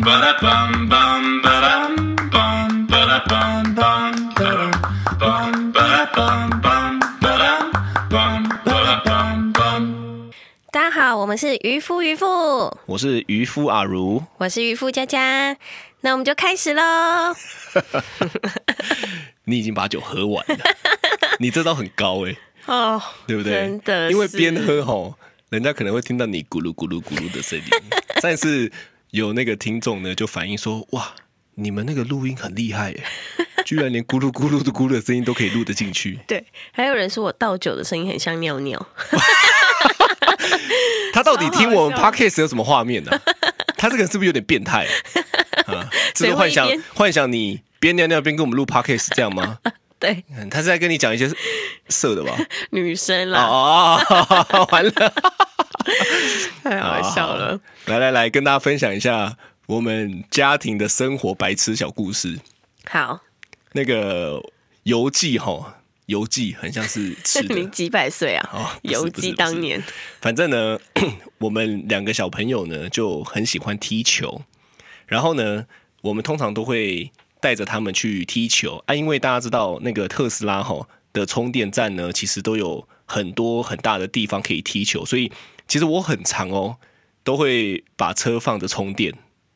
Ba-da-bum, bum, ba-dum, bum, ba-da-bum, bum, ba-dum, bum, ba-da-bum, bum, ba-dum, bum, ba-da-bum, bum. 大家好，我们是渔夫渔夫，我是渔夫阿如，我是渔夫佳佳，那我们就开始喽。你已经把酒喝完 了，你这招很高哎、哦，对不对？真的是，因为边喝吼，人家可能会听到你咕噜咕噜咕噜的 声音。上一次有那个听众呢，就反映说，哇，你们那个录音很厉害耶，居然连咕噜咕噜的咕噜的声音都可以录得 进去。对，还有人说我倒酒的声音很像尿尿， 他到底听我们超好 podcast 有什么画 面呢、他这个人是不是有点变态啊？啊，是不谁会是幻想一边幻想你边尿尿边跟我们录 podcast 这样吗？ 对，嗯他是在跟你讲一些色的吧？女生啦，哦哦哦，完了，太好笑了。来来来，跟大家分享一下我们家庭的生活白痴小故事。哦好，那个邮寄哈，邮寄很像是 吃你的。几百岁啊？哦不是游不是记不当是年，反正呢， 我们两个小朋友呢就很喜欢踢球，然后呢，我们通常都会带着他们去踢球啊，因为大家知道那个特斯拉哈的充电站呢，其实都有很多很大的地方可以踢球，所以其实我很常哦都会把车放着充电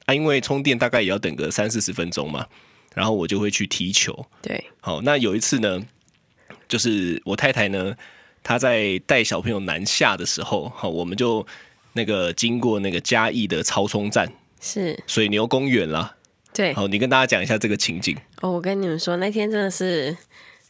啊，因为充电大概也要等个三四十分钟嘛，然后我就会去踢球。对，好，那有一次呢，就是我太太呢，她在带小朋友南下的时候，好，我们就那个经过那个嘉义的超充站是，水牛公园啦。对。好，你跟大家讲一下这个情景。哦，我跟你们说，那天真的是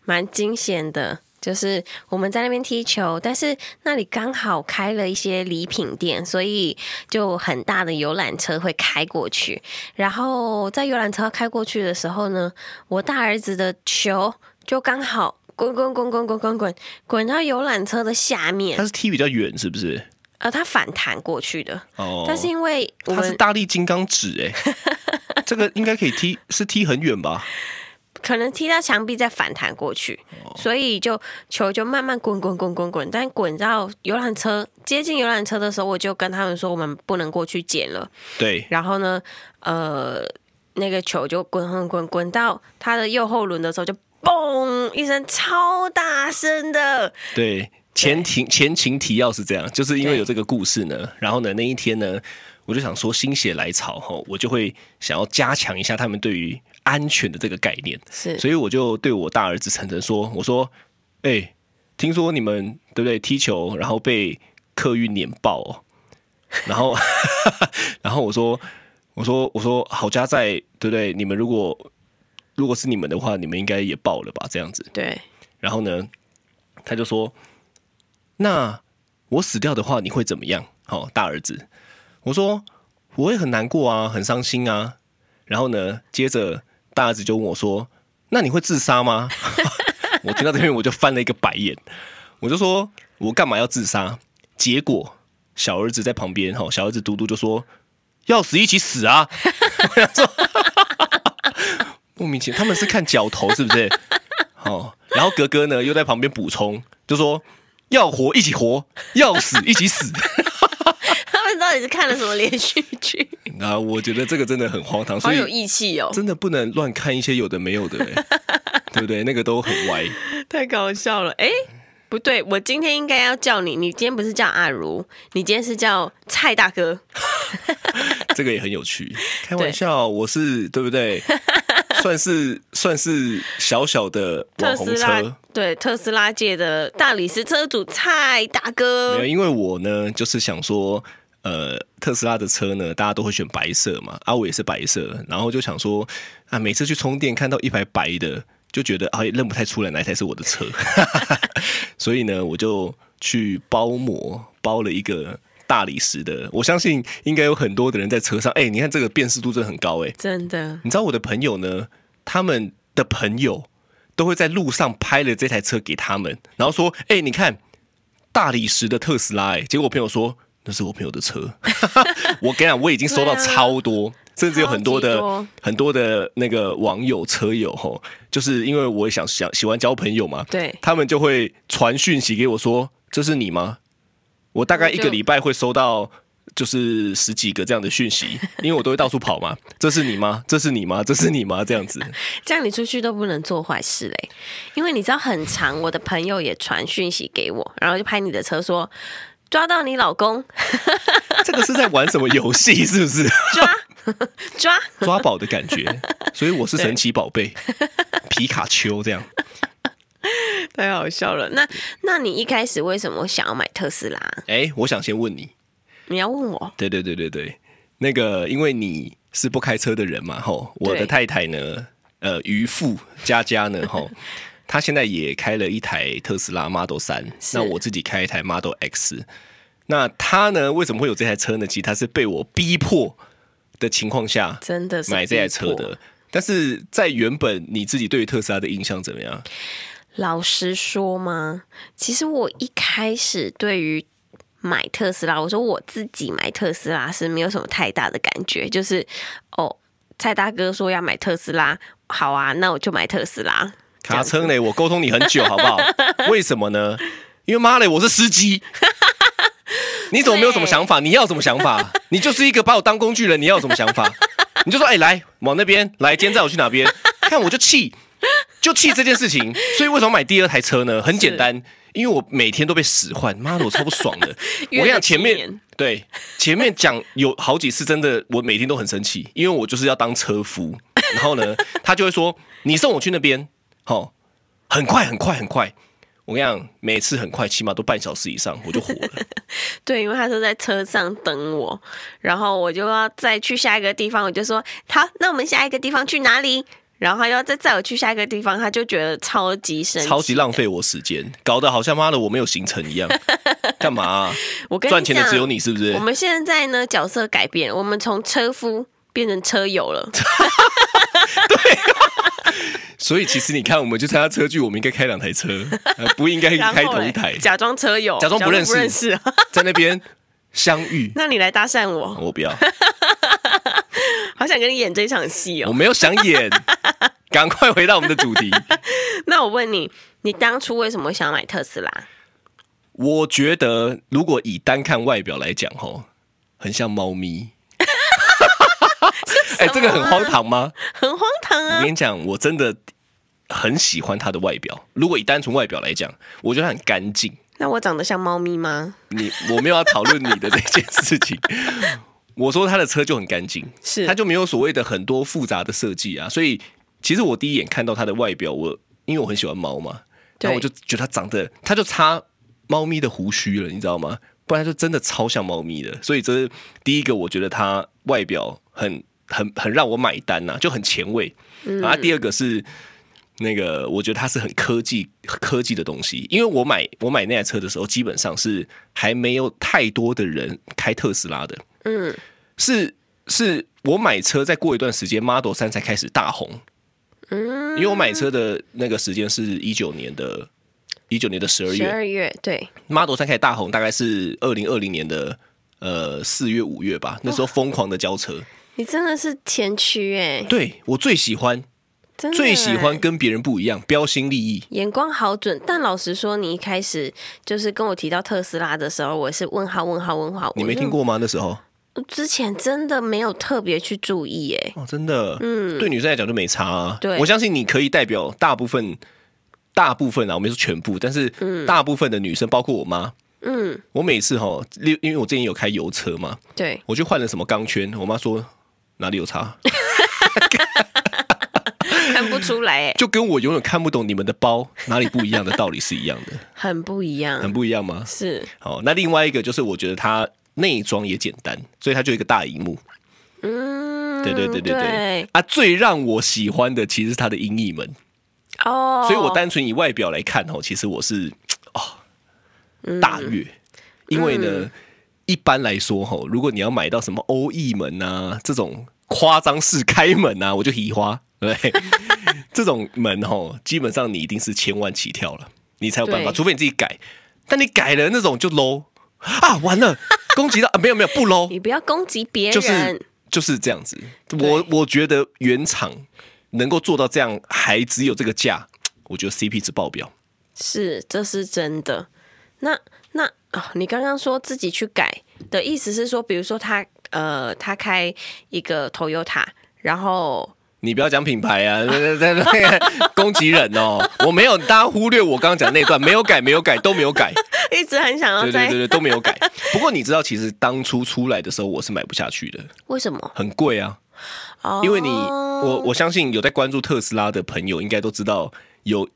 蛮惊险的。就是我们在那边踢球，但是那里刚好开了一些礼品店，所以就很大的游览车会开过去。然后在游览车开过去的时候呢，我大儿子的球就刚好滚滚滚滚滚滚滚滚到游览车的下它面，是踢比较远，是不是？呃，他反弹过去的。哦，但是因为我它是们大力金刚 指哎、这个应该可以踢，是踢很远吧？可能踢到墙壁再反弹过去，所以就球就慢慢滚滚滚滚滚，但滚到游览车接近游览车的时候，我就跟他们说我们不能过去捡了。对，然后呢，呃，那个球就滚滚滚滚到他的右后轮的时候，就嘣一声超大声的，对，前情前情提要是这样，就是因为有这个故事呢，然后呢那一天呢，我就想说心血来潮哈，我就会想要加强一下他们对于安全的这个概念，是所以我就对我大儿子晨晨说，我说，哎、听说你们对不对踢球，然后被客运碾爆哦，然后 然后我说我说我说好家在对不对，你们如果如果是你们的话，你们应该也爆了吧这样子，对， 然后呢，他就说：“那我死掉的话，你会怎么样？”好、大儿子，我说我会很难过啊，很伤心啊。然后呢，接着大儿子就问我说：“那你会自杀吗？” 我听到这边我就翻了一个白眼，我就说：“我干嘛要自杀？”结果小儿子在旁边，哈、小儿子嘟嘟就说：“要死一起死啊！” 我想说莫名其妙，他们是看脚头是不是？哦，然后格格呢又在旁边补充，就说要活一起活，要死一起 死。他们到底是看了什么连续 剧？啊，我觉得这个真的很荒唐，好所有以义气哦，真的不能乱看一些有的没有的、欸，对不对？那个都很歪。 太搞笑了，哎。不对，我今天应该要叫你，你今天不是叫阿如，你今天是叫蔡大哥。这个也很有趣。开玩笑，我是对不对？算是算是小小的特网斯红拉车，对特斯拉界的大理石车主蔡大没哥有，，因为我呢就是想说，呃，特斯拉的车呢，大家都会选白色嘛，啊，我也是白色，然后就想说，啊，每次去充电看到一排白的，就觉得啊，也认不太出来哪一台是我的车， 所以呢，我就去包膜包了一个。大理石的，我相信应该有很多的人在车上。哎、你看这个辨识度真的很高哎、真的你知道我的朋友呢，他们的朋友都会在路上拍了这台车给他们，然后说：“哎、你看大理石的特斯拉、哎，结果我朋友说：“那是我朋友的车。” 我跟你讲，我已经收到对啊超多，甚至有很多超的级多很多的那个网友车友吼，就是因为我想想喜欢交朋友嘛，对，他们就会传讯息给我说：“这是你吗？”我大概一我个就礼拜会收到就是十几个这样的讯息，因为我都会到处跑嘛。这是你吗？这是你吗？这是你吗？这样子，这样你出去都不能做坏事嘞，因为你知道很长，我的朋友也传讯息给我，然后就拍你的车说抓到你老公， 这个是在玩什么游戏？是不是抓抓，抓宝的感觉？所以我是神奇宝贝，皮卡丘这样。太好笑了。那那你一开始为什么想要买特斯拉？哎，我想先问你，你要问我，对对对对对，那个因为你是不开车的人嘛，吼，我的对太太呢，呃，渔夫佳佳呢， 吼，她现在也开了一台特斯拉 Model 三，是那我自己开一台 Model X。那她呢，为什么会有这台车呢？其实她是被我逼迫的情况下真的是买这台逼车迫的。但是在原本你自己对于特斯拉的印象怎么样？老实说吗？其实我一开始对于买特斯拉，我说我自己买特斯拉是没有什么太大的感觉，就是哦，蔡大哥说要买特斯拉，好啊，那我就买特斯拉。卡车呢？我沟通你很久，好不好？为什么呢？因为妈嘞，我是司机。你怎么没有什么想法？你要什么想法？你就是一个把我当工具人，你要有什么想法？你就说，哎、来往那边，来，今天载我去哪边？看我就气，就气这件 事情。所以为什么买第二台车呢？很简单，因为我每天都被使唤，妈的，我超不爽 的。我约了跟你讲，前七年面对前面讲有好几次，真的我每天都很生气，因为我就是要当车夫。然后呢， 他就会说：“你送我去那边，好、很快，很快，很快。”我跟你讲，每次很快，起码都半小时以上，我就火 了。对，因为他说在车上等我，然后我就要再去下一个地方，我就说好，那我们下一个地方去哪里？然后他要再载我去下一个地方，他就觉得超级生气，超级浪。费我时间，搞得好像妈的我没有行程一 样。干嘛啊、我跟你赚钱的只有讲你是不是我？们现在呢角色改变，我们从车夫变成车友了。所以其实你看，我们去参加车剧，我们应该开两 台车，呃不应该然开后同一嘞台，假装车友，假装不认识不认识。 在那边相遇。哦那你来搭讪我，我不 要，好想跟你演这场戏我哦。没有想演，赶快回到我们的主题。那我问你，你当初为什么想买特斯拉？我觉得如果以单看外表来讲，吼，很像猫 咪。哎、这个啊很荒唐吗？很荒唐我啊！跟你讲，我真的很喜欢它的外表。如果以单纯外表来讲，我觉得它很干净。那我长得像猫咪吗？你我没有要讨论你的这件事情。我说他的车就很干净，是他就没有所谓的很多复杂的设计啊。所以其实我第一眼看到它的外表，我因为我很喜欢猫嘛，对然后我就觉得它长得，它就差猫咪的胡须了，你知道吗？不然就真的超像猫咪的。所以这是第一个，我觉得它外表很很很让我买单呐、就很前卫。啊，嗯第二个是那个，我觉得它是很科技科技的东西，因为我买我买那台车的时候，基本上是还没有太多的人开特斯拉的，嗯，是是我买车再过一段时间，Model 三才开始大红，嗯，因为我买车的那个时间是一九年的，一九年的十二十月二月对， ，Model 三开始大红，大概是二零二零年的呃四月五月吧，那时候疯狂的交车，你真的是前驱哎、对我最喜欢真的最喜哎欢跟别人不一样，标新立异。眼光好准，但老实说，你一开始就是跟我提到特斯拉的时候，我是问号问号问号。你没我就听？过吗？那时候之前真的没有特别去注意欸耶。哦，真的，嗯，对女生来讲就没差、啊。对我相信你可以代表大部分，大部分啊，我没说全部，但是大部分的女生，包括我妈，嗯，我每次哈，因因为我之前有开油车嘛，对，我去换了什么钢圈，我妈说哪里有差，看不出来耶，欸就跟我永远看不懂你们的包哪里不一样的道理是一样的， 很不一很样。不一样吗？是，好，那另外一个就是我觉得它内装也简单，所以它就一个大荧幕。嗯，对对对对对。对，啊，最让我喜欢的其实是它的音译门。哦，所以我单纯以外表来看哦，其实我是哦大悦，因为呢，一般来说哈、如果你要买到什么欧意门啊这种夸张式开门啊，我就移花，对不对，这种门哦，基本上你一定是千万起跳了，你才有办法，对除非你自己改，但你改了那种就 low 啊，完了，攻击到啊，没有没有不 low，你不要攻击别人，就是就是这样子。我我觉得原厂能够做到这样，还只有这个价，我觉得 CP 值爆表。是这是真的。那那哦，你刚刚说自己去改，的意思是说，比如说他呃，他开一个 Toyota，然后你不要讲品牌啊，在在在 攻击人哦！我没有，大家忽略我刚刚讲那段，没有改，没有改，都没有改，一直很想要对对在对对，都没有改。不过你知道，其实当初出来的时候，我是买不下去的，为什么？很贵啊。哦因为你，我我相信有在关注特斯拉的朋友，应该都知道有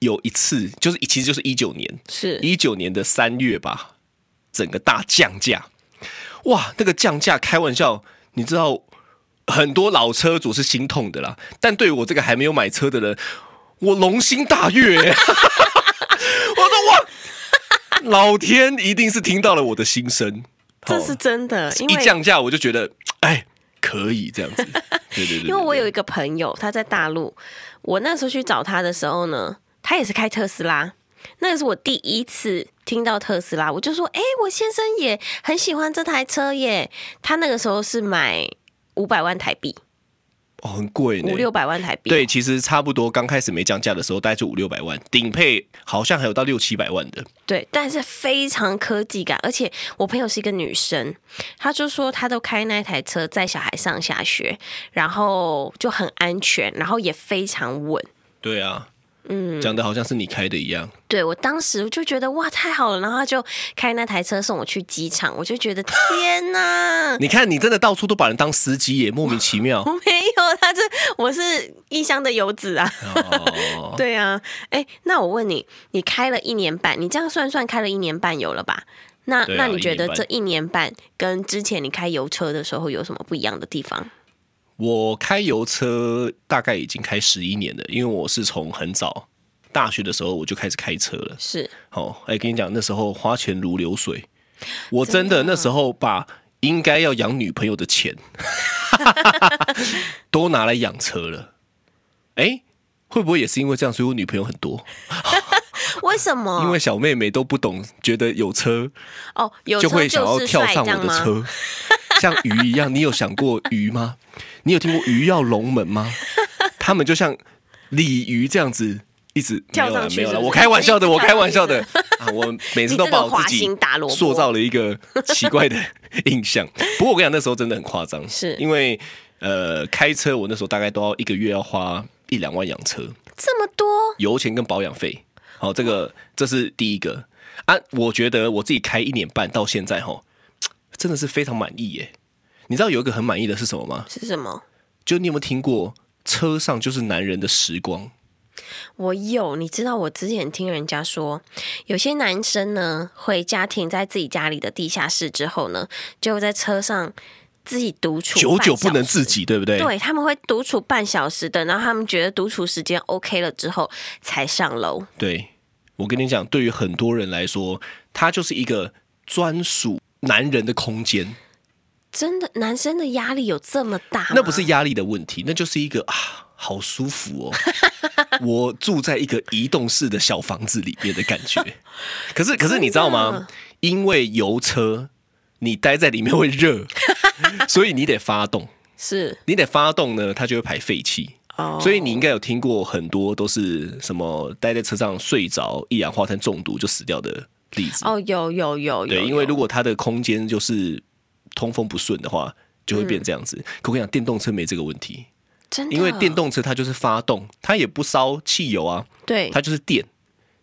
有一次，就是其实就是一九年，是一九年的三月吧，整个大降价，哇，那个降价开玩笑，你知道很多老车主是心痛的啦，但对于我这个还没有买车的人，我龙心大悦、欸 我说哇，老天一定是听到了我的心声，这哦是真的，因一为降价我就觉得，哎，可以这样子，对对对因对为我对有一个朋友，他在大陆，我那时候去找他的时候呢，他也是开特斯拉。那个是我第一次听到特斯拉，我就说：“哎、我先生也很喜欢这台车耶。”他那个时候是买五百万台币，哦很贵呢，五六百万台币。对，，其实差不多，刚开始没降价的时候，大概就五六百万，顶配好像还有到六七百万的。对，但是非常科技感，而且我朋友是一个女生，她就说她都开那台车载小孩上下学，然后就很安全，然后也非常稳。对啊，嗯，讲的好像是你开的一样。对我当时就觉得哇太好了，然后她就开那台车送我去机场，我就觉 得天哪！你看，你真的到处都把人当司机耶，莫名其妙我。没有，她这我是异乡的游子啊。哦，对啊，哎，那我问你，你开了一年半，你这样算算开了一年半有了吧？那、对啊那你觉得一年半这一年半跟之前你开油车的时候有什么不一样的地方？我开油车大概已经开十一年了，因为我是从很早大学的时候我就开始开车了。是好、哎、跟你讲，那时候花钱如流水，我真的那时候把应该要养女朋友的钱， 都拿来养车了。哎、会不会也是因为这样，所以我女朋友很多？为什么？啊因为小妹妹都不懂，觉得有车哦，有就车会想要是跳帅，上这我样的吗？车，像鱼一样。你有想过鱼吗？你有听过鱼跃龙门吗？他们就像鲤鱼这样子。一直没跳有了，上去没有是了，不是我开玩笑的，一直我跳开玩笑的啊！我每次你都这把个我花自己心大萝卜，塑造了一个奇怪的 印象。不过我跟你讲，那时候真的很夸张，是因为呃，开车我那时候大概都要一个月要花一两万养车，这么多油钱跟保养费。好、这个这是第一个啊。我觉得我自己开一年半到现在哈、吼真的是非常满意耶。你知道有一个很满意的是什么吗？是什么？就你有没有听过“车上就是男人的时光我有，你知道我之前听人家说，有些男生呢会家停在自己家里的地下室之后呢，就在车上自己独”，处，久久不能自。己，对不对？对，他们会独处半小时的，然后他们觉得独处时间 OK 了之后才上楼。对，我跟你讲，对于很多人来说，它就是一个专属男人的空间，真的，男生的压力有这么大吗？那不是压力的问题，那就是一个啊，好舒 服哦。我住在一个移动式的小房子里面的感 觉。可是，可是你知道真吗的？因为油车，你待在里面 会热，所以你得发动，是你得发动呢，它就会排废气。哦，所以你应该有听过很多都是什么待在车上睡着，一氧化碳中毒就死掉的例子。哦有有有有，对，因为有如果它的空间就是通风不顺的话，就会变这样子。嗯可我跟你讲，电动车没这个问题，真的因为电动车它就是发动，它也不烧汽油啊，对它就是电，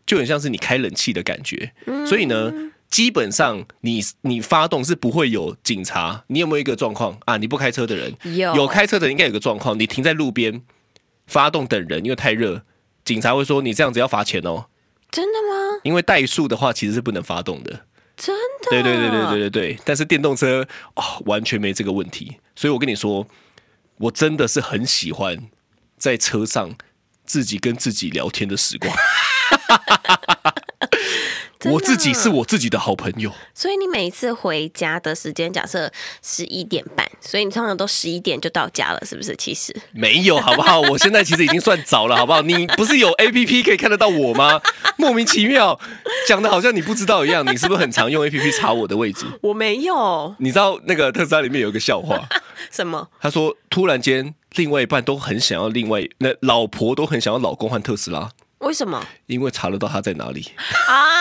就很像是你开冷气的感觉。所以呢，基本上你你发动是不会有警察。你有没有一个状况啊？你不开车的人，有有开车的人应该有个状况，你停在路边发动等人，因为太热，警察会说你这样子要罚钱哦，真的吗？因为怠速的话其实是不能发动的。真的？对对对对对对对，但是电动车哦，完全没这个问题。所以我跟你说，我真的是很喜欢在车上自己跟自己聊天的时光。 真的我自己是我自己的好朋友，所以你每次回家的时间假设十一点半，所以你通常都十一点就到家了，是不是？其实没有好不好？我现在其实已经算早了，好不好？你不是有 A P P 可以看得到我吗？莫名其妙讲的好像你不知道一样，你是不是很常用 A P P 查我的位置？我没有你知道那个特斯拉里面有一个笑话，什么他说突然间另外一半都很想要另外那老婆都很想要老公换特斯拉，为什么因为查得到他在哪里。啊？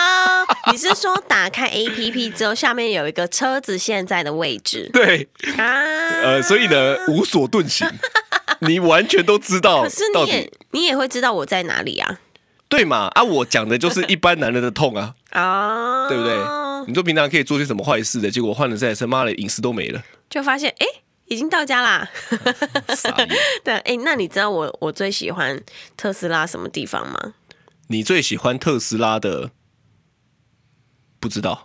你是说打开 APP 之后，下面有一个车子现在的位置对，啊？呃，所以呢，无所遁 形，你完全都知道可是到你底也你也会知道我在哪里啊？对嘛？啊，我讲的就是一般男人的痛 啊，啊，对不对？你说平常可以做些什么坏事的，结果换了这台车，妈的，隐私都没 了，就发现哎、诶已经到家啦。 傻眼。对，哎、那你知道我我最喜欢特斯拉什么地方吗？你最喜欢特斯拉的？不知 道，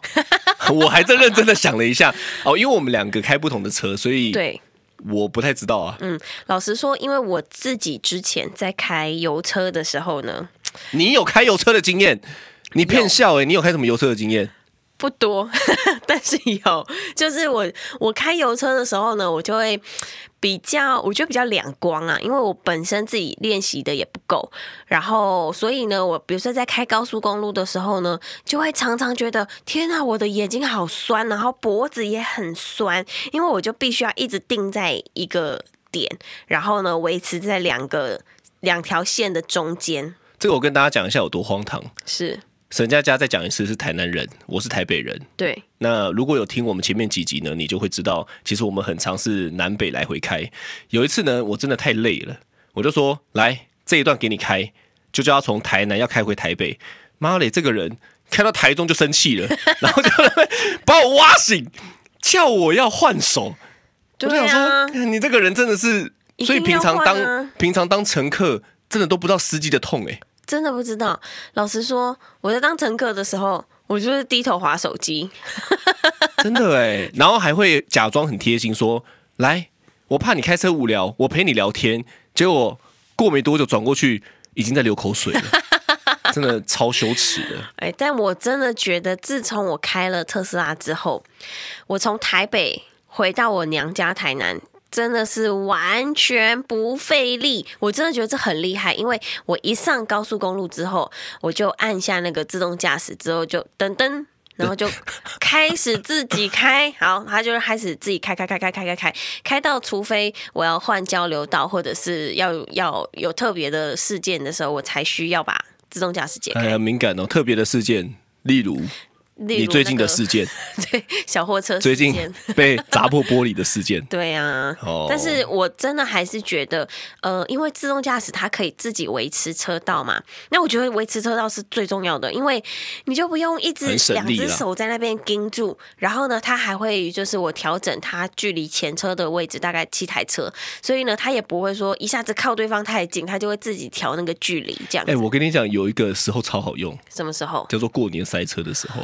我还在认真的想了一下哦，因为我们两个开不同的车，所以对，我不太知道啊。嗯，老实说，因为我自己之前在开油车的时候呢，你有开油车的经验？你骗笑哎、你有开什么油车的经验？不多， 但是有，就是我我开油车的时候呢，我就会比较，我觉得比较两光啊，因为我本身自己练习的也不够，然后所以呢，我比如说在开高速公路的时候呢，就会常常觉得天啊，我的眼睛好酸，然后脖子也很酸，因为我就必须要一直定在一个点，然后呢维持在两个两条线的中间，这个我跟大家讲一下有多荒唐。是沈佳佳再讲一次是台南人，我是台北人。对，那如果有听我们前面几集呢，你就会知道，其实我们很常是南北来回开。有一次呢，我真的太累了，我就说来这一段给你开，就叫他从台南要开回台北。妈嘞，这个人开到台中就生气了，然后就把我挖醒，叫我要换手。我就对想啊说，，你这个人真的是，一定所以平常当、要换啊平常当乘客，真的都不知道司机的痛 哎、真的不知道。老实说，我在当乘客的时候，我就是低头划手机。真的哎，然后还会假装很贴心说：“来，我怕你开车无聊，我陪你聊天。”结果过没多久转过去，已经在流口 水了，真的超羞耻的。哎，但我真的觉得，自从我开了特斯拉之后，我从台北回到我娘家台南。真的是完全不费力，我真的觉得这很厉害，因为我一上高速公路之后，我就按下那个自动驾驶，之后就噔噔，然 后就开始自己开，好，它就开始自己开开开开开开开，开到除非我要换交流道或者是要要有特别的事件的时候，我才需要把自动驾驶解开哎。呀，敏感哦，特别的事件，例如例如你最近的那个事件， 对小货车最事件。近被砸破玻璃的事件 对啊，哦但是我真的还是觉得，呃，因为自动驾驶它可以自己维持车道嘛，那我觉得维持车道是最重要的，因为你就不用一只很省力啦两只手在那边盯住，然后呢，它还会就是我调整它距离前车的位置大概七台车，所以呢，它也不会说一下子靠对方太近，它就会自己调那个距离这样哎，子。我跟你讲，有一个时候超好用，什么时候？叫做过年塞车的时候，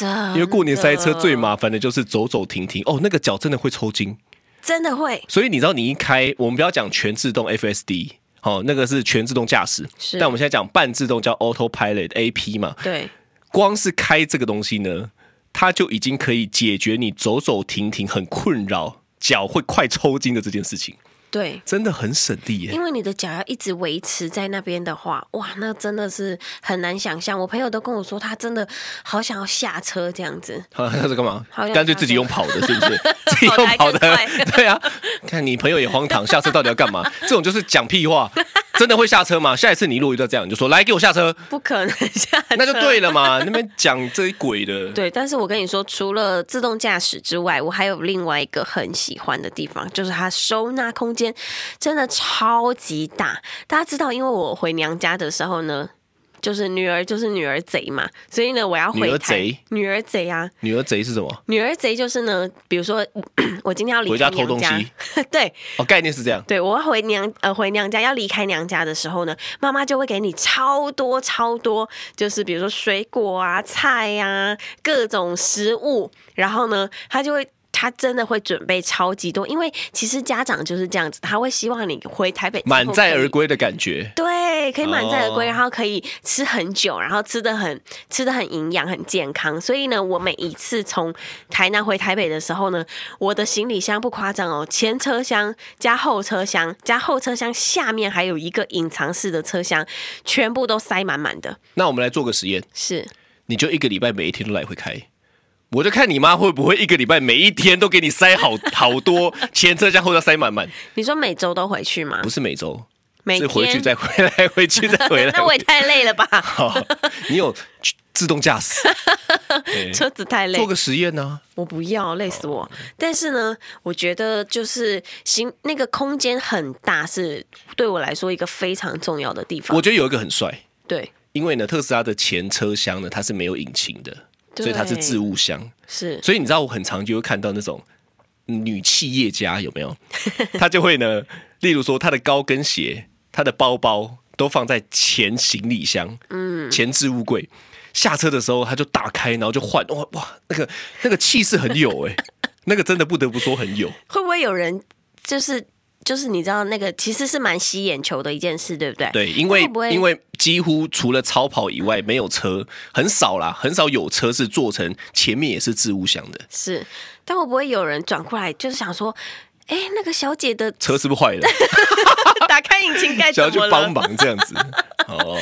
因因为过年塞车最麻烦的就是走走停停，哦，那个脚真的会抽筋。真的会所以你知道，你一开，我们不要讲全自动 FSD，好、哦那个是全自动驾驶。是但我们现在讲半自动叫 Autopilot AP 嘛，对。光是开这个东西呢，它就已经可以解决你走走停停很困扰、脚会快抽筋的这件事情，对，真的很省力耶。因为你的脚要一直维持在那边的话，哇，那真的是很难想象。我朋友都跟我说，他真的好想要下车这样子。好，他是干嘛好？像干脆自己用跑的，是不 是？自己用跑跑的得还更， 对啊。看你朋友也荒 唐，下车到底要干嘛？这种就是讲屁话，真的会下车吗？下一次你如果遇到这样，你就说来给我下车，不可能下车，那就对了 嘛。那边讲这一鬼的，对。但是我跟你说，除了自动驾驶之外，我还有另外一个很喜欢的地方，就是它收纳空间真的超级大。大家知道，因为我回娘家的时候呢，就是女儿就是女儿贼嘛，所以呢，我要回女儿台贼，女儿贼啊，女儿贼是什么？女儿贼就是呢，比如说 我今天要离回开家偷东娘家 西，对。哦，概念是这样。对，我要回娘呃回娘家，要离开娘家的时候呢，妈妈就会给你超多超多，就是比如说水果啊、菜呀、啊、各种食物，然后呢，她就会。她真的会准备超级多，因为其实家长就是这样子，他会希望你回台北之后满载可以而归的感觉，对，可以满载而归，哦然后可以吃很久，然后吃的很吃的很营养、很健康。所以呢，我每一次从台南回台北的时候呢，我的行李箱不夸张哦，前车厢加后车厢加后车厢下面还有一个隐藏式的车厢，全部都塞满满的。那我们来做个实验，是，你就一个礼拜每一天都来回开，我就看你妈会不会一个礼拜每一天都 给你塞好好多前车厢后车厢塞满满，你说每周都回去吗不？是每周，每所以回去天再回来，回去再回来。 那我也太累了 吧，好， 你有自动驾 驶，对车子太累做，个实验呢、我不要，累死我。但是呢，我觉得就是行那个空间很大，是对我来说一个非常重要的地方我。觉得有一个很帅，对，因为呢，特斯拉的前车厢呢，它是没有引擎的，对所以它是置物箱。是所以你知道，我很常就会看到那种女企业家有没有？ 她就会呢，例如说她的高跟鞋、她的包包都放在前行李箱，嗯，前置物柜。下车的时候，她就打开，然后就换，哇哇，那个那个气势很有哎、那个真的不得不说很有。会不会有人就是就是你知道那个其实是蛮吸眼球的一件事，对不对？对，因为会不会因为几乎除了超跑以外，没有车很少啦，很少有车是做成前面也是置物箱的。是，但会不会有人转过来就是想说，哎、那个小姐的哦车是不是坏 了？打开引擎盖想要怎去么帮了？忙这样 子，哦，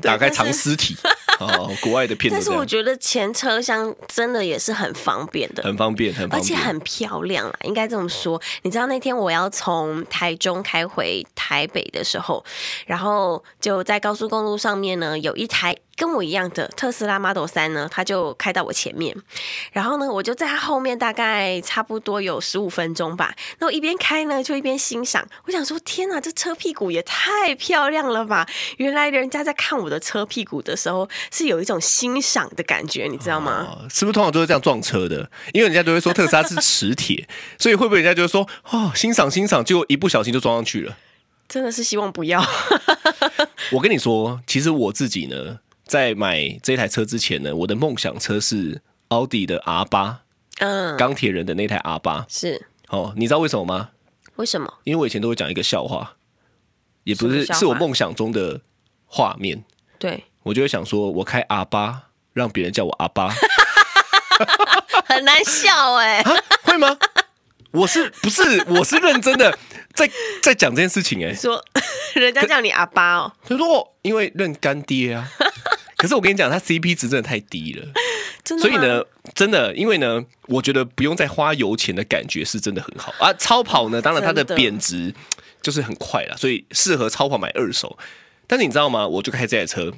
打开藏尸体，哦，国外的片但子是这我样，觉得前车厢真的也是很方便的，很方便，很而方且便，很漂亮啊啦，应该这么说。你知道那天我要从台中开回台北的时候，然后就在高速公路上面呢，有一台跟我一样的特斯拉 Model 三呢，它就开到我前面，然后呢，我就在它后面大概差不多有十五分钟吧。那我一边开呢，就一边欣赏，我想说，天哪，这车屁股也太漂亮了吧！原来人家在看我的车屁股的时候，是有一种欣赏的感觉，你知道吗？哦，是不是通常都是这样撞车的？因为人家都会说特斯拉是磁铁，所以会不会人家就会说哦，欣赏欣赏，结果一不小心就撞上去了？真的是希望不要。我跟你说，其实我自己呢，在买这台车之前呢，我的梦想车是奥迪的 R 八，嗯，钢铁人的那台 R 八。是哦，你知道为什么吗？为什么？因为我以前都会讲一个笑话，也不什是么笑话是我梦想中的画面。对，我就会想说，我开阿巴，让别人叫我 阿巴，很难笑哎、会吗？我是不是我是认真的 在在讲这件事情哎、欸，说 人家叫你阿巴哦，他说哦因为认干 爹啊，可是我跟你讲，他 CP 值真的太低了，真的所吗以，呢，真的，因为呢，我觉得不用再花油钱的感觉是真的很好啊。超跑呢，当然它的真的贬值就是很快了，所以适合超跑买二手。但是你知道吗？我就开这台车，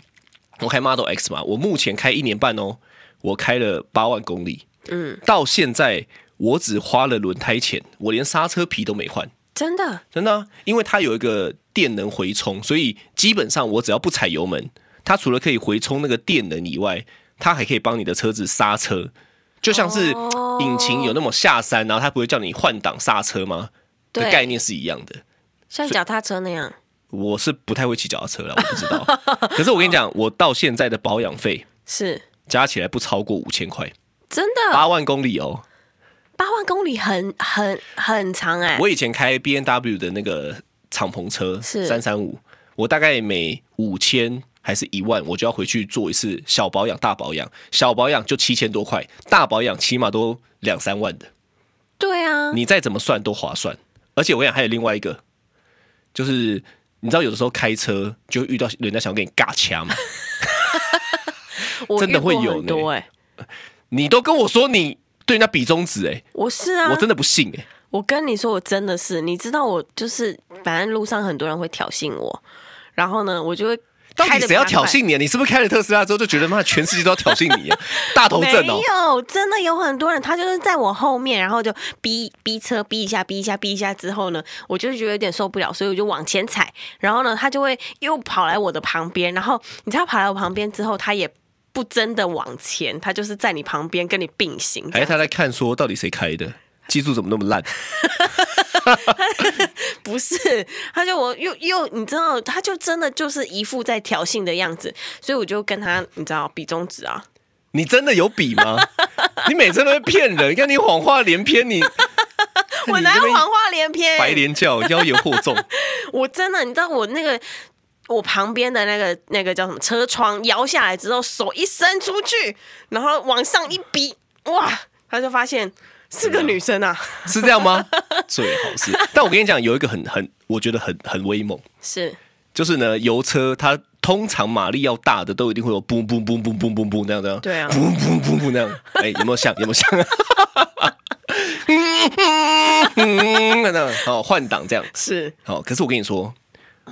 我开 Model X 嘛，我目前开一年半哦，我开了八万公里，嗯，到现在我只花了轮胎钱，我连刹车皮都没换，真的真的啊、因为它有一个电能回充，所以基本上我只要不踩油门，它除了可以回充那个电能以外，它还可以帮你的车子刹车，就像是哦引擎有那么下山，然后它不会叫你换挡刹车吗？的对概念是一样的。像脚踏车那样，我是不太会骑脚踏车了，我不知道。可是我跟你讲，我到现在的保养费是加起来不超过五千块，真的。八万公里哦。八万公里很很很长哎、我以前开 B N W 的那个敞篷车是三三五，我大概每五千还是一万，我就要回去做一次小保养、大保养。小保养就七千多块，大保养起码都两三万的，对啊，你再怎么算都划算。而且我跟你讲还有另外一个，就是你知道有的时候开车就会遇到人家想跟你尬 掐嘛，我真的遇过会有很呢多哎、你都跟我说你对人家比中指、欸，我是啊，我真的，的不信、欸，我跟你说，我真的是，你知道我就是，反正路上很多人会挑衅我，然后呢，我就会到开底得谁要比他挑快衅你、啊？你是不是开了特斯拉之后就觉得妈全世界都要挑衅 你、啊？大头阵哦没、有，真的有很多人，他就是在我后面，然后就逼逼车，逼一下，逼一下，逼一下之后呢，我就觉得有点受不了，所以我就往前踩，然后呢，他就会又跑来我的旁边，然后你知道跑来我旁边之后，他也不真的往前，他就是在你旁边跟你并行，还是他在看说到底谁开的？技术怎么那么烂？不是，他就我又又你知道，他就真的就是一副在挑衅的样子，所以我就跟他你知道比中指啊，你真的有比吗？ 你每次都会骗人，你看你谎话连篇，你我 你拿这边谎话连篇，白莲教妖言惑 众，我真的，你知道我那个我旁边的那个那个叫什么车窗摇下来之后，手一伸出去，然后往上一比，哇，他就发现是个女生啊，是这样吗？最好是。但我跟你讲，有一个很很，我觉得很很威猛，是啊就是呢，油车它通常马力要大的都一定会有嘣嘣嘣嘣嘣嘣嘣那样的，对啊嘣嘣嘣嘣那样。哎、有没有像？有没有像？ 嗯嗯嗯，那样好换挡这样。 是好，可是我跟你说，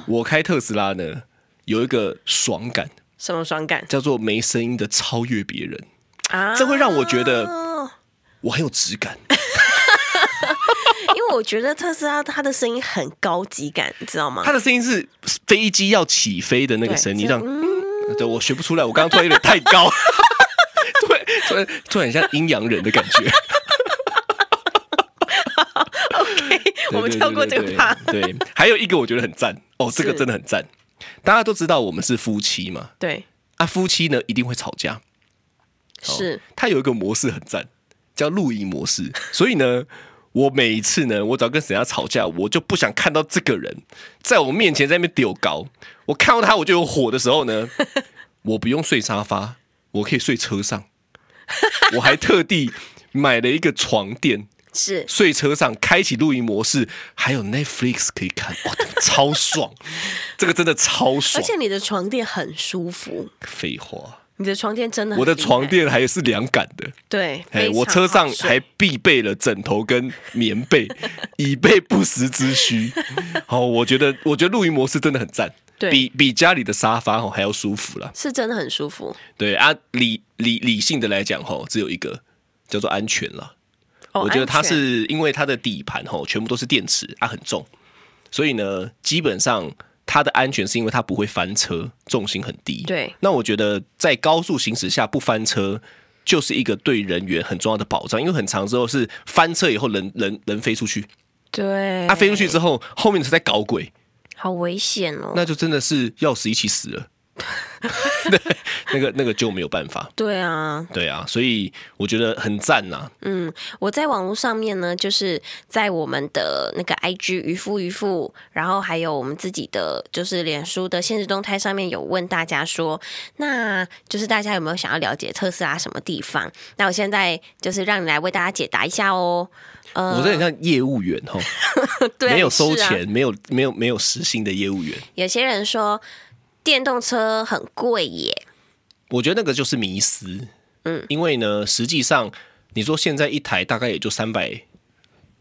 我开特斯拉呢，有一个爽感，什么爽感叫做没声音的超越别人，啊？嗯这会让我觉得我很有质感。因为我觉得特斯拉它的声音很高级感，你知道吗它？的声音是飞机要起飞的那个声音，对嗯这样。对，我学不出来，我刚刚突然有点太高，突然突然突然很像阴阳人的感觉。 我们跳过这个吧。对，对对还有一个我觉得很赞哦，这个是真的很赞。大家都知道我们是夫妻嘛，对，啊，夫妻呢一定会吵架。哦是，它有一个模式很赞，叫录音模 式。所以呢，我每一次呢，我只要跟谁家吵架，我就不想看到这个人在我面前在那边丢高。我看到他我就有火的时候 呢，我不用睡沙发，我可以睡车上。我还特地买了一个床垫，是睡车上，开启录音模式，还有 Netflix 可以看，哇，超爽！这个真的超而爽。且你的床垫很舒服，废话，你的床垫真的很我的厉害床垫还是凉感的。对，哎，非我常车上好睡还必备了枕头跟棉被， 以备不时之 需。好，我觉得，我觉得露营模式真的很赞，对比比家里的沙发哦还要舒服啦。是真的很舒服对啊，理理理性的来讲吼，只有一个叫做安全啦。哦。我觉得它安全是因为它的底盘吼全部都是电池，它、很重，所以呢，基本上它的安全是因为它不会翻车，重心很低。对那我觉得在高速行驶下不翻车。就是一个对人员很重要的保障，因为很长之后是翻车以后人人人飞出去，对，它、飞出嗯去之后，后面的车在搞鬼，好危险哦。那就真的是要死一起死 了。对，那个那个就没有办法。对啊，对啊，所以我觉得很赞啊呐、嗯，我在网络上面呢，就是在我们的那个 IG 渔夫渔夫，然后还有我们自己的就是脸书的现实动态上面有问大家说，那就是大家有没有想要了解特斯拉什么地方？那我现在就是让你来为大家解答一下哦。呃我这很像业务员吼，对啊没有你是收啊钱，没有没有没有实薪的业务员，有些人说电动车很贵耶，我觉得那个就是迷思。嗯，因为呢，实际上你说现在一台大概也就三百，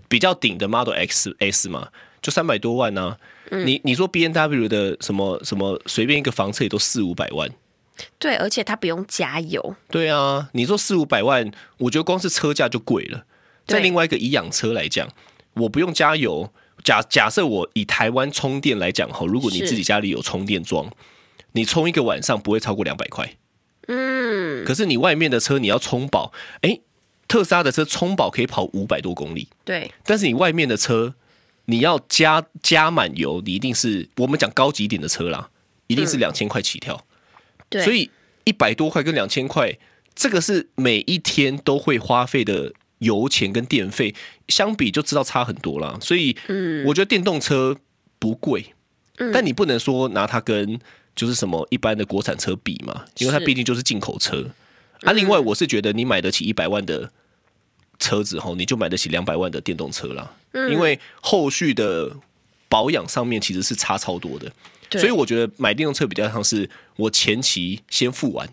比较顶的 Model X S 嘛，就三百多万呢、你你说 B N W 的什么什么随便一个房车也都四五百万，对，而且它不用加油，对啊，你说四五百万，我觉得光是车价就贵了。对在另外一个以养车来讲，我不用加油。假假设我以台湾充电来讲哈，如果你是自己家里有充电桩，你充一个晚上不会超过两百块。嗯，可是你外面的车你要充饱，诶，特斯拉的车充饱可以跑五百多公里，对，但是你外面的车你要加加满油，你一定是我们讲高级一点的车啦，一定是两千块起跳。对，所以一百多块跟两千块，这个是每一天都会花费的油钱跟电费，相比就知道差很多啦。所以，嗯，我觉得电动车不贵，嗯但你不能说拿它跟就是什么一般的国产车比嘛，因为它是嗯毕竟就是进口车。啊，另外我是觉得你买得起一百万的车子后，你就买得起两百万的电动车啦，嗯因为后续的保养上面其实是差超多的。对所以我觉得买电动车比较像是我前期先付完，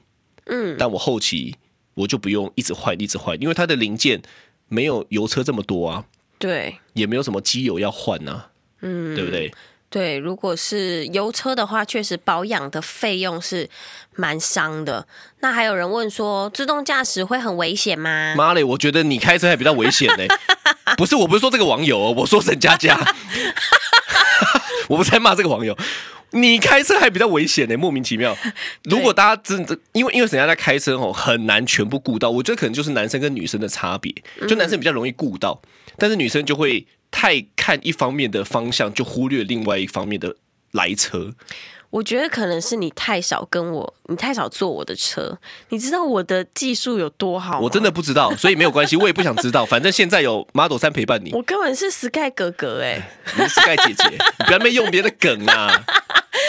嗯，但我后期我就不用一直换一直换，因为它的零件没有油车这么多啊，对。也没有什么机油要换啊，嗯，对不对？对，如果是油车的话，确实保养的费用是蛮伤的。那还有人问说，自动驾驶会很危险吗？妈嘞，我觉得你开车还比较危险呢、不是，我不是说这个网友、哦，我说沈佳佳， 我不是在骂这个网友。你开车还比较危险呢、莫名其妙。如果大家真的，因为因为沈佳佳开车哦，很难全部顾到，我觉得可能就是男生跟女生的差别，就男生比较容易顾到，但是女生就会太看一方面的方向，就忽略另外一方面的来车。我觉得可能是你太少跟我，你太少坐我的车。你知道我的技术有多好吗？我真的，不知道，所以没有关系，我也不想知道，反正现在有 Model 三陪伴你。我根本是 Sky 哥哥 哎、你是盖姐姐，你不要在那边用别的梗啊！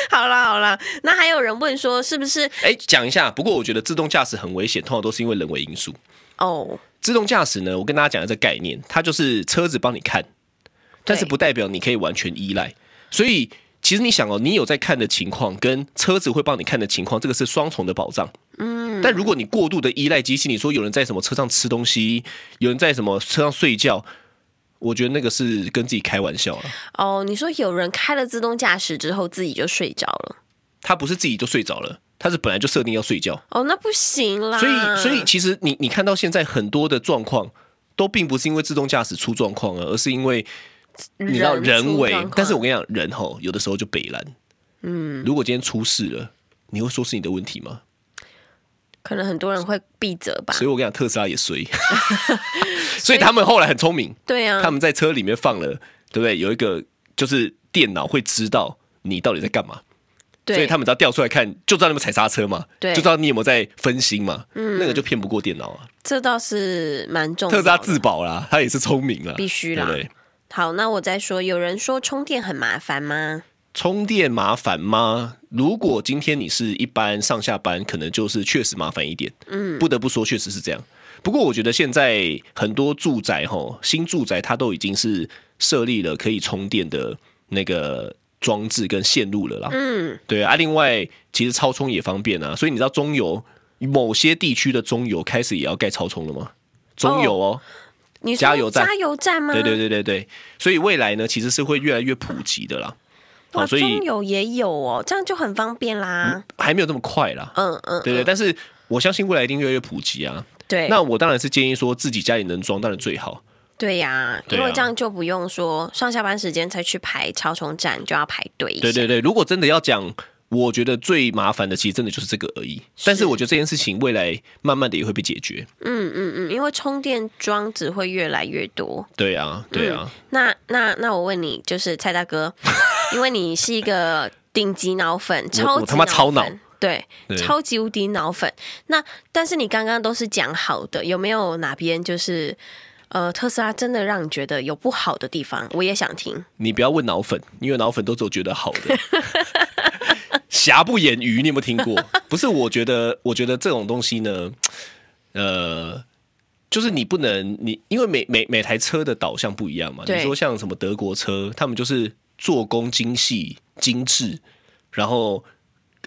好啦好啦，那还有人问说，是不是哎，讲一下，不过我觉得自动驾驶很危险，通常都是因为人为因素。哦？自动驾驶呢，我跟大家讲的这概念，它就是车子帮你看，但是对不代表你可以完全依赖。所以其实你想哦，你有在看的情况，跟车子会帮你看的情况，这个是双重的保障。嗯，但如果你过度的依赖机器，你说有人在什么车上吃东西，有人在什么车上睡觉，我觉得那个是跟自己开玩笑啊，哦，你说有人开了自动驾驶之后自己就睡着了，他不是自己就睡着了，他是本来就设定要睡觉，哦，那不行啦。所以所以其实你你看到现在很多的状况都并不是因为自动驾驶出状况了，啊而是因为你知道人出为状况，但是我跟你讲，人吼有的时候就北蓝，嗯，如果今天出事了，你会说是你的问题吗？可能很多人会避责吧。所以我跟你讲，特斯拉 也衰，所以他们后来很聪明，对啊，他们在车里面放了，对不对？有一个就是电脑会知道你到底在干嘛，对所以他们只要调出来看，就知道你有没有踩刹车嘛，对嗯就知道你有没有在分心嘛，那个就骗不过电脑啊。这倒是蛮重要的。特斯拉自保啦，他也是聪明啊啦，必须啦对不对？好，那我再说，有人说充电很麻烦吗？充电麻烦吗？如果今天你是一般上下班，可能就是确实麻烦一点。嗯，不得不说，确实是这样。不过我觉得现在很多住宅吼，新住宅它都已经是设立了可以充电的那个装置跟线路了啦。嗯，对啊，另外其实超充也方便啊，所以你知道中油某些地区的中油开始也要盖超充了吗？中油哦，你说加油站加油站吗？对对对对对，所以未来呢其实是会越来越普及的啦。哇，好，所以嗯中油也有哦，这样就很方便啦。还没有这么快啦。嗯嗯，对对，但是我相信未来一定越来越普及啊。对，那我当然是建议说自己家里能装，当然最好。对呀、对啊因为这样就不用说上下班时间才去排超充站，就要排队一下。对对对，如果真的要讲，我觉得最麻烦的其实真的就是这个而已。但是我觉得这件事情未来慢慢的也会被解决。嗯嗯嗯，因为充电桩只会越来越多。对啊，对嗯啊，那那那我问你，就是蔡大哥，因为你是一个顶级脑粉，超级我他妈超脑粉，对，对超级无敌脑粉。那但是你刚刚都是讲好的，有没有哪边就是呃特斯拉真的让你觉得有不好的地方？我也想听。你不要问脑粉，因为脑粉都只有觉得好的。瑕不掩瑜，你有没有听过？不是，我觉得，我觉得这种东西呢，呃，就是你不能，你因为每每每台车的导向不一样嘛。对你说像什么德国车，他们就是做工精细、精致，然后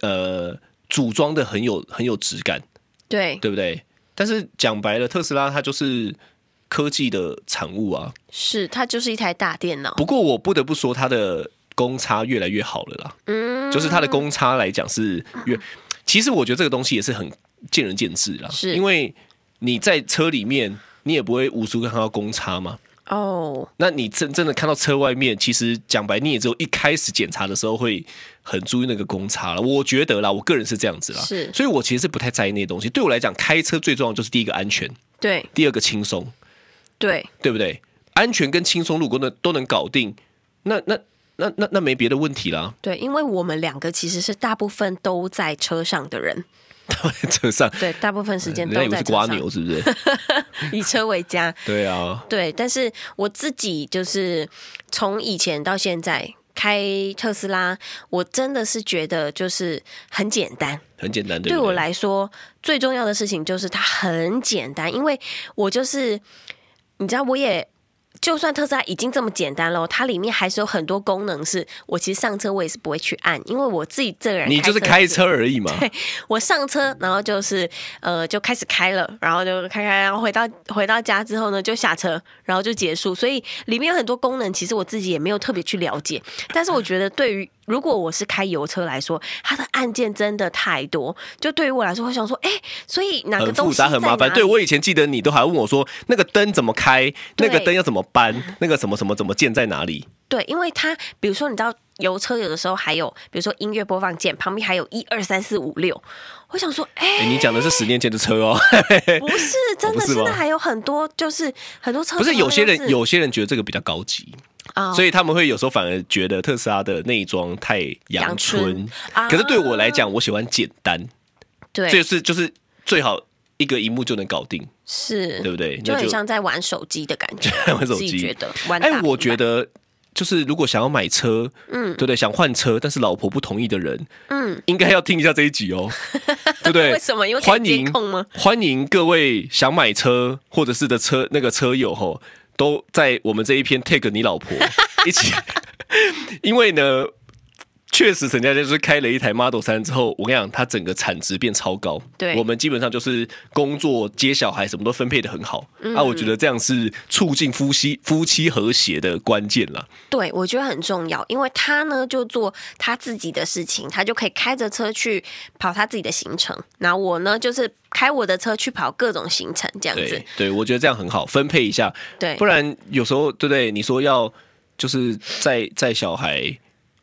呃，组装的很有很有质感，对，对不对？但是讲白了，特斯拉它就是科技的产物啊。是它就是一台大电脑。不过我不得不说，它的公差越来越好了啦。嗯，就是它的公差来讲是 越，其实我觉得这个东西也是很见仁见智啦。是因为你在车里面，你也不会无时无刻看到公差嘛。哦，那你真真的看到车外面，其实讲白，你也只有一开始检查的时候会很注意那个公差了。我觉得啦，我个人是这样子啦。是所以我其实是不太在意那些东西。对我来讲，开车最重要就是第一个安全，对第二个轻松。对，对不对？安全跟轻松如果能都能搞定，那那那那那没别的问题啦。 对，因为我们两个其实是大部分都在车上的人，车上，对，大部分时间人都家以为在是车瓜上，牛是不是？ 以车为家。对啊，对，但是我自己就是从以前到现在开特斯拉，我真的是觉得就是很简单。很简单，对对不对？我来说，最重要的事情就是它很简单，因为我就是你知道，我也就算特斯拉已经这么简单了，它里面还是有很多功能是我其实上车我也是不会去按，因为我自己这个人你就是车啊开车而已嘛。 我上车，然后就是呃就开始开了，然后就开开，然后回到回到家之后呢就下车，然后就结束。所以里面有很多功能，其实我自己也没有特别去了解。但是我觉得对于如果我是开油车来说，它的按键真的太多，就对于我来说，我想说，哎，所以哪个很东复西在杂，很麻烦。哪对里我以前记得你都还问我说，那个灯怎么开，对那个灯要怎么搬，那个什么什么怎么键在哪里？对，因为它比如说你知道油车有的时候还有，比如说音乐播放键旁边还有一二三四五六，我想说，哎、哎，你讲的是十年前的车 哦，不是真的，不是吗现在还有很多就是很多车不是上面有些都人是有些人觉得这个比较高级，啊所以他们会有时候反而觉得特斯拉的内装太阳阳春春啊。可是对我来讲，我喜欢简单，对，就是就是最好一个荧幕就能搞定。是，对不对嗯就那很就，像在玩手机的感觉 玩手自己机觉得玩大哎，平板。我觉得就是如果想要买车，嗯，对不对？想换车，但是老婆不同意的人，嗯，应该要听一下这一集哦，对不对？ 为什么因为可以欢迎监控吗欢迎各位想买车或者是的车那个车友吼，都在我们这一篇 tag 你老婆一起，因为呢。确实，陈家佳就是开了一台 Model 三之后，我跟你讲，它整个产值变超高。对我们基本上就是工作、接小孩，什么都分配的很好。啊，我觉得这样是促进夫妻夫妻和谐的关键啦。对，我觉得很重要，因为他呢就做他自己的事情，他就可以开着车去跑他自己的行程，然后我呢就是开我的车去跑各种行程这样子对。对，我觉得这样很好，分配一下，对，不然有时候对不对？你说要就是载载小孩，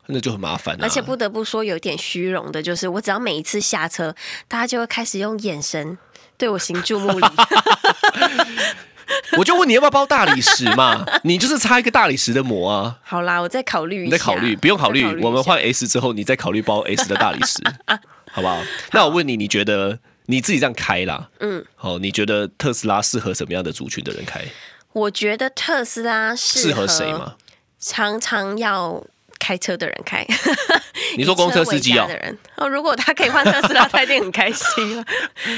那就很麻烦、啊。而且不得不说，有一点虚荣的，就是我只要每一次下车，大家就会开始用眼神对我行注 目礼。我就问你要不要包大理石 嘛？你就是差一个大理石的膜啊！好啦，我再考虑一你下。啊再考虑，不用考虑再，一下我们换 S 之后，你再考虑包 S 的大理 石，好不好？那我问你，你觉得你自己这样开啦？嗯，好，你觉得特斯拉适合什么样的族群的人开？我觉得特斯拉适适合谁？嘛？常常要开车的人开。 你说公车司机以车哦为家的人哦，如果他可以换特斯拉，他一定很开心 了。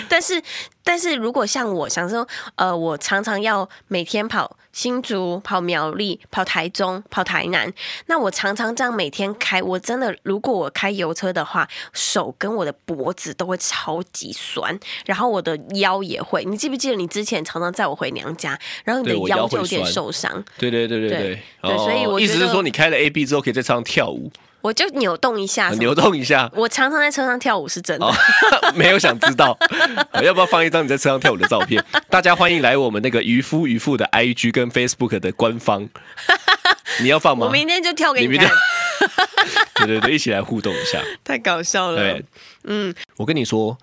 但是，但是如果像我想说，呃，我常常要每天跑新竹、跑苗栗、跑台中、跑台南，那我常常这样每天开，我真的如果我开油车的话，手跟我的脖子都会超级酸，然后我的腰也会。你记不记得你之前常常载我回娘家，然后你的对我腰腰就会有点酸受伤，对对对对对对，哦对所以我意思觉是得说你开了 A B 之后可以在车上跳舞，我就扭动一啊下什么扭动一下。我常常在车上跳舞是真的。哦， 没有想知道，好要不要放一张你在车上跳舞的照片？ 大家欢迎来我们那个渔夫渔妇的 IG 跟 Facebook 的官 方，你要放吗？我明天就跳给你你明看天， 对对对，一起来互动一下。 太搞笑了对。，嗯，我跟你说，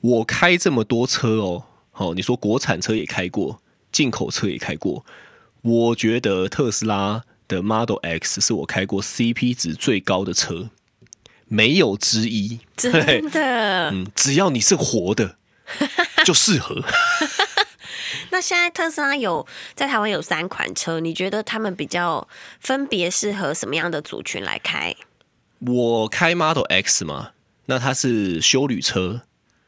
我开这么多车哦，好、你说国产车也开过，进口车也开过，我觉得特斯拉的 Model X 是我开过 CP 值最高的车，没有之一。 真的。 嗯，只要你是 活的，就适合。那现在特斯拉有在台湾有三款车，你觉得他们比较分别适合什么样的族群来 开？我开 Model X 嘛，那它是休旅车，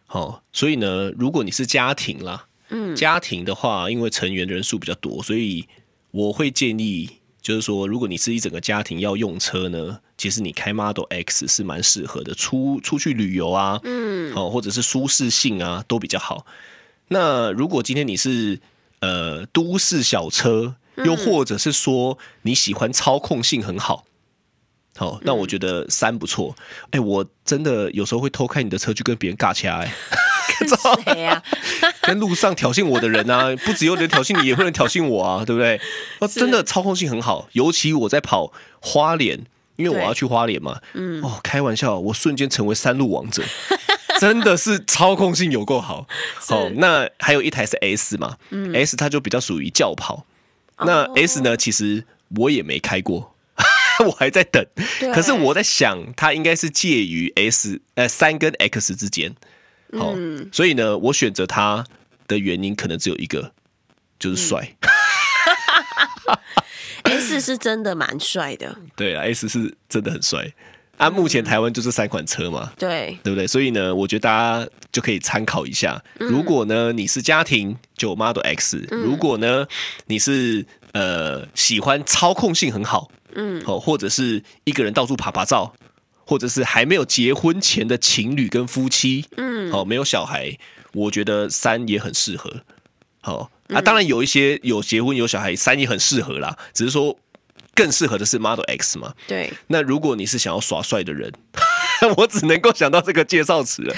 好、所以呢，如果你是家庭啦，嗯，家庭的话，因为成员的人数比较多，所以我会建议，就是说，如果你是一整个家庭要用车呢，其实你开 Model X 是蛮适合的，出出去旅游啊，嗯，哦，或者是舒适性啊，都比较好。那如果今天你是呃都市小车，又或者是说你喜欢操控性很好，好、那我觉得三不错。哎、我真的有时候会偷开你的车去跟别人尬掐、哎， 谁啊呀、跟路上挑衅我的人啊，不只有人挑衅你，也会有人挑衅我啊，对不对？哦，真的操控性很好，尤其我在跑花莲，因为我对要去花莲嘛。哦，开玩笑，我瞬间成为山路王者，真的是操控性有够 好。哦，那还有一台是 S 嘛、s 它就比较属于轿跑。那 S 呢，其实我也没开过。 我还在等对，可是我在想，它应该是介于 S 呃三跟 X 之间，好、所以呢，我选择它的原因可能只有一个，就是帅。 啊、？S 是真的蛮帅的，对啊，S 是真的很帅。啊，目前台湾就这三款车嘛，对，对不对？所以呢，我觉得大家就可以参考一下。如果呢你是家庭，就 Model X；、如果呢你是呃喜欢操控性很好，嗯，哦，或者是一个人到处爬爬照，或者是还没有结婚前的情侣跟夫妻，嗯，哦，没有小孩，我觉得三也很适合。好、啊，当然有一些有结婚有小孩，三也很适合啦，只是说更适合的是 Model X 嘛。对，那如果你是想要耍帅的人， 我只能够想到这个介绍词了。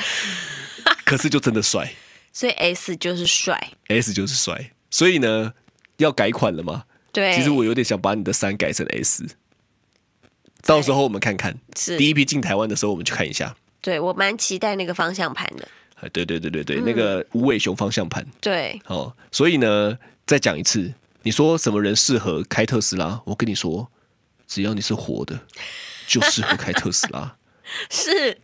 可是就真的帅所以 S 就是帅。 ，S 就是帅，所以呢，要改款了吗？对，其实我有点想把你的三改成 S，到时候我们看看，是第一批进台湾的时候我们去看一下。对我蛮期待那个方向盘的。啊对对对对嗯对，那个无尾熊方向盘对，哦。所以呢，再讲一次，你说什么人适合开特斯拉？我跟你说，只要你是活的，就适合开特斯拉。 是。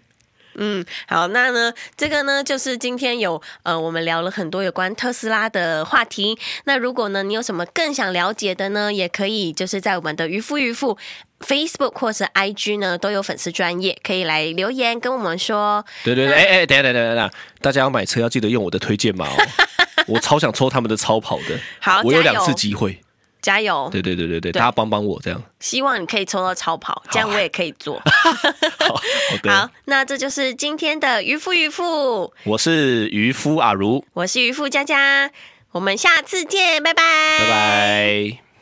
嗯，好，那呢，这个呢，就是今天有呃，我们聊了很多有关特斯拉的话题。那如果呢，你有什么更想了解的呢，也可以就是在我们的渔夫渔妇 Facebook 或是 IG 呢，都有粉丝专业，可以来留言跟我们说。对对对，哎哎，等一下等一下等一下，大家要买车要记得用我的推荐码哦。我超想抽他们的超跑的， 好我有加油两次机会，加油！对对对对对，大家帮帮我这样。希望你可以抽到超跑，这样我也可以 做。好，好的，好，那这就是今天的渔夫渔妇，我是渔夫阿如，我是渔夫佳佳，我们下次见，拜拜，拜。拜。